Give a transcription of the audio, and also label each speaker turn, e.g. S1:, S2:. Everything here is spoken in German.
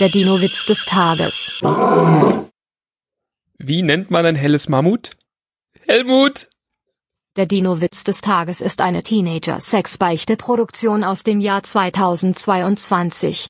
S1: Der Dino-Witz des Tages.
S2: Wie nennt man ein helles Mammut? Helmut!
S1: Der Dino-Witz des Tages ist eine Teenager-Sex-Beichte-Produktion aus dem Jahr 2022.